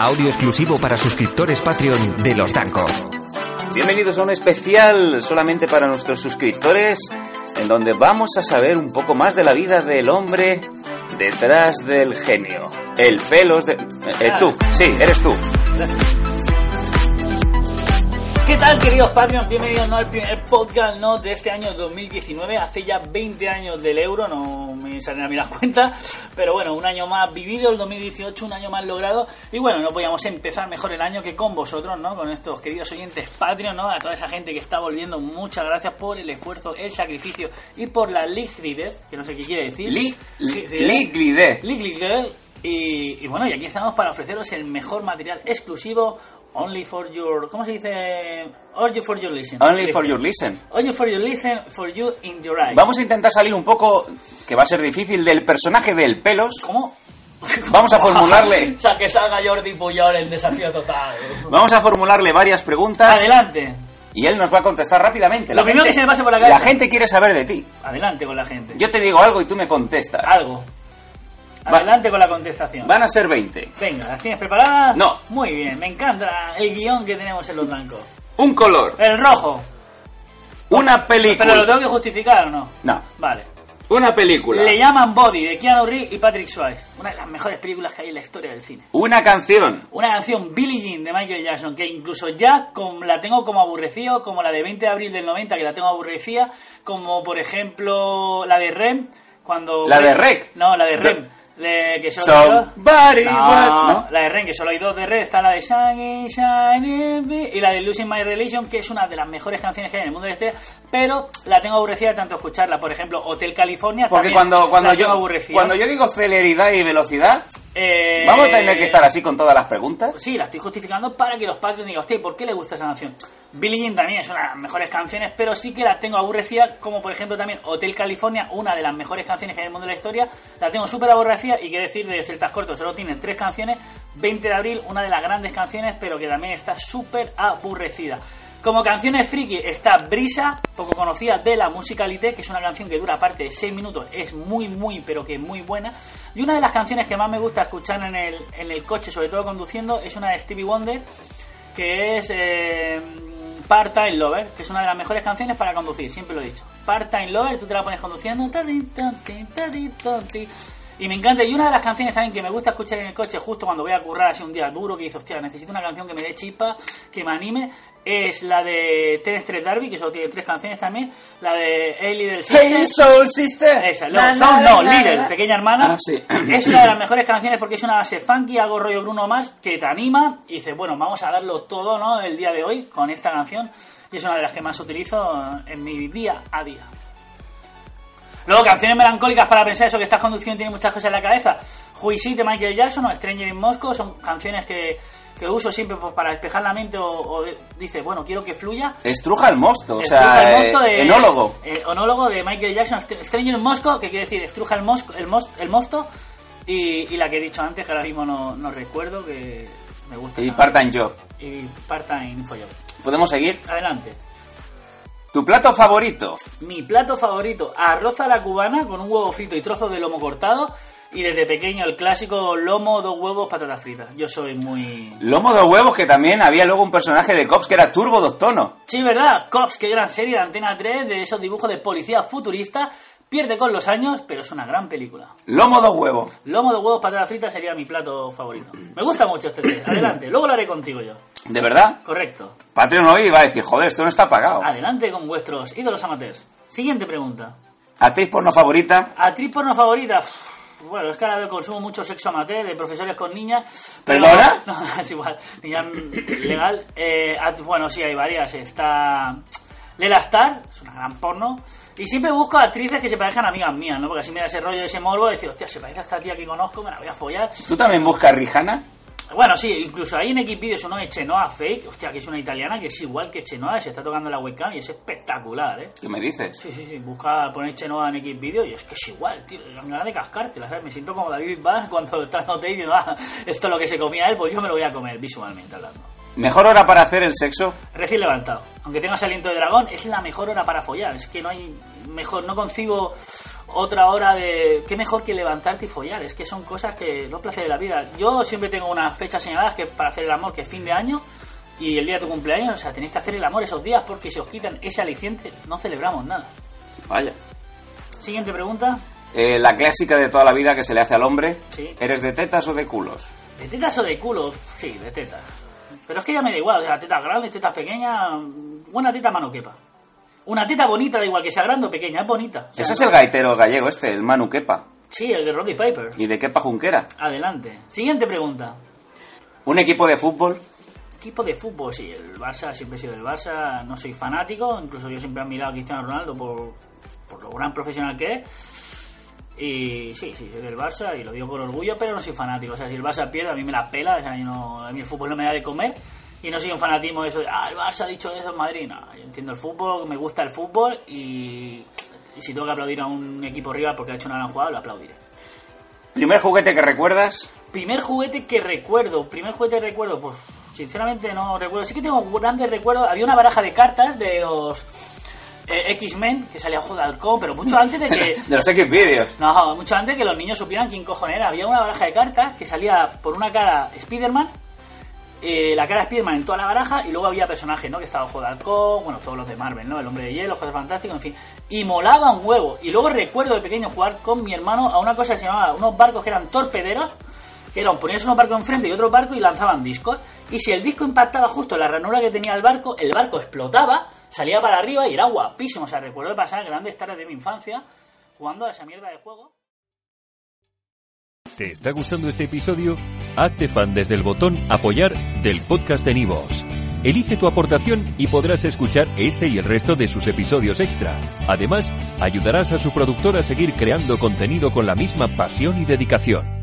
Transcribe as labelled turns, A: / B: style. A: Audio exclusivo para suscriptores Patreon de Los Danco.
B: Bienvenidos a un especial solamente para nuestros suscriptores, en donde vamos a saber un poco más de la vida del hombre detrás del genio. El pelos de... eh, tú, sí, eres tú.
C: ¿Qué tal, queridos Patreon? Bienvenidos ¿no? al primer podcast ¿no? de este año 2019. Hace ya 20 años del euro, no me salen a mí las cuentas. Pero bueno, un año más vivido, el 2018, un año más logrado. Y bueno, no podíamos empezar mejor el año que con vosotros, ¿no? Con estos queridos oyentes Patreon, ¿no? A toda esa gente que está volviendo, muchas gracias por el esfuerzo, el sacrificio y por la ligridez, que no sé qué quiere decir.
B: Li- li- Liquidez.
C: Ligridez. Lick, lick, girl. Y, y bueno, y aquí estamos para ofreceros el mejor material exclusivo, only for your... ¿Cómo se dice? Only for your listen.
B: Only for your listen.
C: Only for your listen, for you in your eyes.
B: Vamos a intentar salir un poco, que va a ser difícil, del personaje del pelos.
C: ¿Cómo?
B: Vamos a formularle,
C: o sea, que salga Jordi Puyol el desafío total.
B: vamos a formularle varias preguntas
C: Adelante.
B: y él nos va a contestar rápidamente.
C: Lo primero que se me pase por la cabeza.
B: La gente quiere saber de ti.
C: Adelante con la gente.
B: Yo te digo algo y tú me contestas.
C: Algo.
B: Va-
C: Adelante con la contestación.
B: Van a ser 20.
C: Venga, ¿las tienes preparadas?
B: No.
C: Muy bien, me encanta el guión que tenemos en los blancos.
B: Un color,
C: El rojo.
B: una
C: Pero lo
B: película.
C: tengo que justificar o no.
B: No,
C: Vale.
B: una película.
C: Le llaman Body de Keanu Reeves y Patrick Swayze. Una de las mejores películas que hay en la historia del cine.
B: Una canción.
C: Una canción Billie Jean de Michael Jackson que incluso ya con- la tengo como aburrecido, como la de 20 de abril del 90 que la tengo aburrecida, como por ejemplo la de Rem cuando
B: ¿La de Rec?
C: No, la de
B: De-
C: Rem. Le- que solo hay dos.
B: Somebody
C: No,
B: what- ¿no?
C: la de Ren, que solo hay dos de Red, está la de Shiny, Shiny, Be- y la de Losing My Religion, que es una de las mejores canciones que hay en el mundo de este, pero la tengo aburrecida de tanto escucharla. Por ejemplo, Hotel California,
B: Porque
C: también
B: cuando, cuando,
C: la tengo
B: yo,
C: aburrecida.
B: cuando yo digo celeridad y velocidad,
C: Eh,
B: vamos a tener que estar así con todas las preguntas.
C: Sí, la estoy justificando para que los padres digan, hostia, ¿por qué le gusta esa canción? Billie Jean también es una de las mejores canciones, pero sí que la tengo aburrecida, como por ejemplo también Hotel California, una de las mejores canciones que hay en el mundo de la historia. La tengo súper aburrecida y qué decir de Celtas Cortos, solo tienen tres canciones, 20 de abril, una de las grandes canciones, pero que también está súper aburrecida. Como canciones friki está Brisa, poco conocida de la Musicalité, que es una canción que dura aparte de 6 minutos, es muy, muy, pero que muy buena. Y una de las canciones que más me gusta escuchar en el, en el coche, sobre todo conduciendo, es una de Stevie Wonder, que es eh, Part-Time Lover, que es una de las mejores canciones para conducir, siempre lo he dicho. Part-Time Lover, tú te la pones conduciendo. tadin, tonti, tadin, tonti. Y me encanta, y una de las canciones también que me gusta escuchar en el coche, justo cuando voy a currar así un día duro, que dices, hostia, necesito una canción que me dé chispa, que me anime, es la de Tres Tres Darby, que solo tiene tres canciones también, la de Ellie del
B: Hey,
C: Sisters,
B: Soul Sister.
C: esa,
B: Na,
C: no,
B: na,
C: Sound,
B: na,
C: no,
B: na,
C: líder,
B: na.
C: pequeña hermana.
B: Ah, sí.
C: Es una de las mejores canciones porque es una base funky, algo rollo Bruno más, que te anima y dices, bueno, vamos a darlo todo, ¿no? El día de hoy con esta canción. Y es una de las que más utilizo en mi día a día. Luego, canciones melancólicas para pensar eso que estás conduciendo y tienes muchas cosas en la cabeza. Juicy de Michael Jackson o Stranger in Moscow son canciones que, que uso siempre pues, para despejar la mente o, o dices, bueno, quiero que fluya
B: Estruja el mosto, o
C: Estruja
B: sea,
C: el mosto
B: eh,
C: de-
B: enólogo.
C: el onólogo de Michael Jackson, Str- Stranger in Moscow, que quiere decir estruja el, mosco, el, mos- el mosto. Y, y la que he dicho antes, que ahora mismo no, no recuerdo, que me gusta.
B: Y partan yo.
C: Y part-time follón.
B: ¿Podemos seguir?
C: Adelante.
B: ¿Tu plato favorito?
C: Mi plato favorito, arroz a la cubana con un huevo frito y trozos de lomo cortado. Y desde pequeño el clásico lomo, dos huevos, patatas fritas. Yo soy muy...
B: Lomo de huevos, que también había luego un personaje de Cops que era Turbo dos tonos.
C: Sí, ¿verdad? Cops, qué gran serie de Antena 3, de esos dibujos de policía futurista. Pierde con los años, pero es una gran película.
B: Lomo dos huevos.
C: Lomo de huevos patatas fritas sería mi plato favorito. Me gusta mucho este té. Adelante, luego lo haré contigo yo.
B: ¿De verdad?
C: Correcto.
B: Patreon hoy iba a decir, joder, esto no está pagado.
C: Adelante con vuestros ídolos amateurs. Siguiente pregunta.
B: Actriz porno favorita.
C: ¿Actriz porno favorita? Uf, Bueno, es que ahora consumo mucho sexo amateur de profesores con niñas.
B: ¿Perdona?
C: No, es igual. Niña mm, legal. Eh, act- bueno, sí, hay varias. Está Lela Star, es una gran porno. Y siempre busco actrices que se parezcan a amigas mías, ¿no? Porque así me da ese rollo, ese morbo de decir, hostia, se parece a esta tía que conozco, me la voy a follar.
B: ¿Tú también buscas Rihanna?
C: Bueno, sí, incluso ahí en Xvideos uno de Chenoa Fake, hostia, que es una italiana que es igual que Chenoa, se está tocando la webcam y es espectacular, ¿eh?
B: ¿Qué me dices?
C: Sí, sí, sí, busca poner Chenoa en Xvideos y es que es igual, tío, dan ganas de cascártela, ¿sabes? Me siento como David Vaz cuando está en hotel y diciendo, ah, esto es lo que se comía él, pues yo me lo voy a comer visualmente hablando.
B: ¿Mejor hora para hacer el sexo?
C: Recién levantado, aunque tengas aliento de dragón, es la mejor hora para follar, es que no hay mejor, no concibo otra hora de... Qué mejor que levantarte y follar. Es que son cosas que... Los placeres de la vida. Yo siempre tengo unas fechas señaladas que para hacer el amor, que es fin de año y el día de tu cumpleaños. O sea, tenéis que hacer el amor esos días porque si os quitan ese aliciente, no celebramos nada.
B: Vaya.
C: Siguiente pregunta.
B: Eh, la clásica de toda la vida que se le hace al hombre.
C: Sí.
B: ¿Eres de tetas o de culos?
C: ¿De tetas o de culo? Sí, de tetas. Pero es que ya me da igual, o sea, tetas grandes, tetas pequeñas, una teta mano quepa. Una teta bonita, da igual que sea grande o pequeña, es bonita. O sea,
B: Ese es el gaitero gallego este, el Manu Kepa.
C: Sí, el de Roddy Piper.
B: Y de Kepa Junquera.
C: Adelante. Siguiente pregunta.
B: Un equipo de fútbol.
C: Equipo de fútbol, sí, el Barça, siempre he sido del Barça, no soy fanático, incluso yo siempre he admirado a Cristiano Ronaldo por, por lo gran profesional que es. Y sí, sí, soy del Barça y lo digo con orgullo, pero no soy fanático. O sea, si el Barça pierde, a mí me la pela, o sea, yo no- a mí el fútbol no me da de comer. Y no soy un fanatismo de eso de, ah, el Barça ha dicho eso en Madrid. No, yo entiendo el fútbol, me gusta el fútbol y, y si tengo que aplaudir a un equipo rival porque ha hecho una gran jugada, lo aplaudiré.
B: Primer juguete que recuerdas.
C: Primer juguete que recuerdo, primer juguete que recuerdo, pues sinceramente no recuerdo. Sí que tengo grandes recuerdos. Había una baraja de cartas de los eh, X-Men que salía Ojo de Halcón, pero mucho antes de que.
B: De los X vídeos.
C: No, mucho antes que los niños supieran quién cojón era. Había una baraja de cartas que salía por una cara Spider-Man, eh, la cara de Spider-Man en toda la baraja, y luego había personajes, ¿no? Que estaba Ojo de Halcón, bueno, todos los de Marvel, ¿no? El Hombre de Hielo, José Fantástico, en fin. Y molaba un huevo. Y luego recuerdo de pequeño jugar con mi hermano a una cosa que se llamaba unos barcos que eran torpederos, que eran ponías unos barcos enfrente y otro barco y lanzaban discos. Y si el disco impactaba justo en la ranura que tenía el barco, el barco explotaba, salía para arriba y era guapísimo. O sea, recuerdo pasar grandes tardes de mi infancia jugando a esa mierda de juego.
D: ¿Te está gustando este episodio? Hazte fan desde el botón Apoyar del podcast de Nivos. Elige tu aportación y podrás escuchar este y el resto de sus episodios extra. Además, ayudarás a su productor a seguir creando contenido con la misma pasión y dedicación.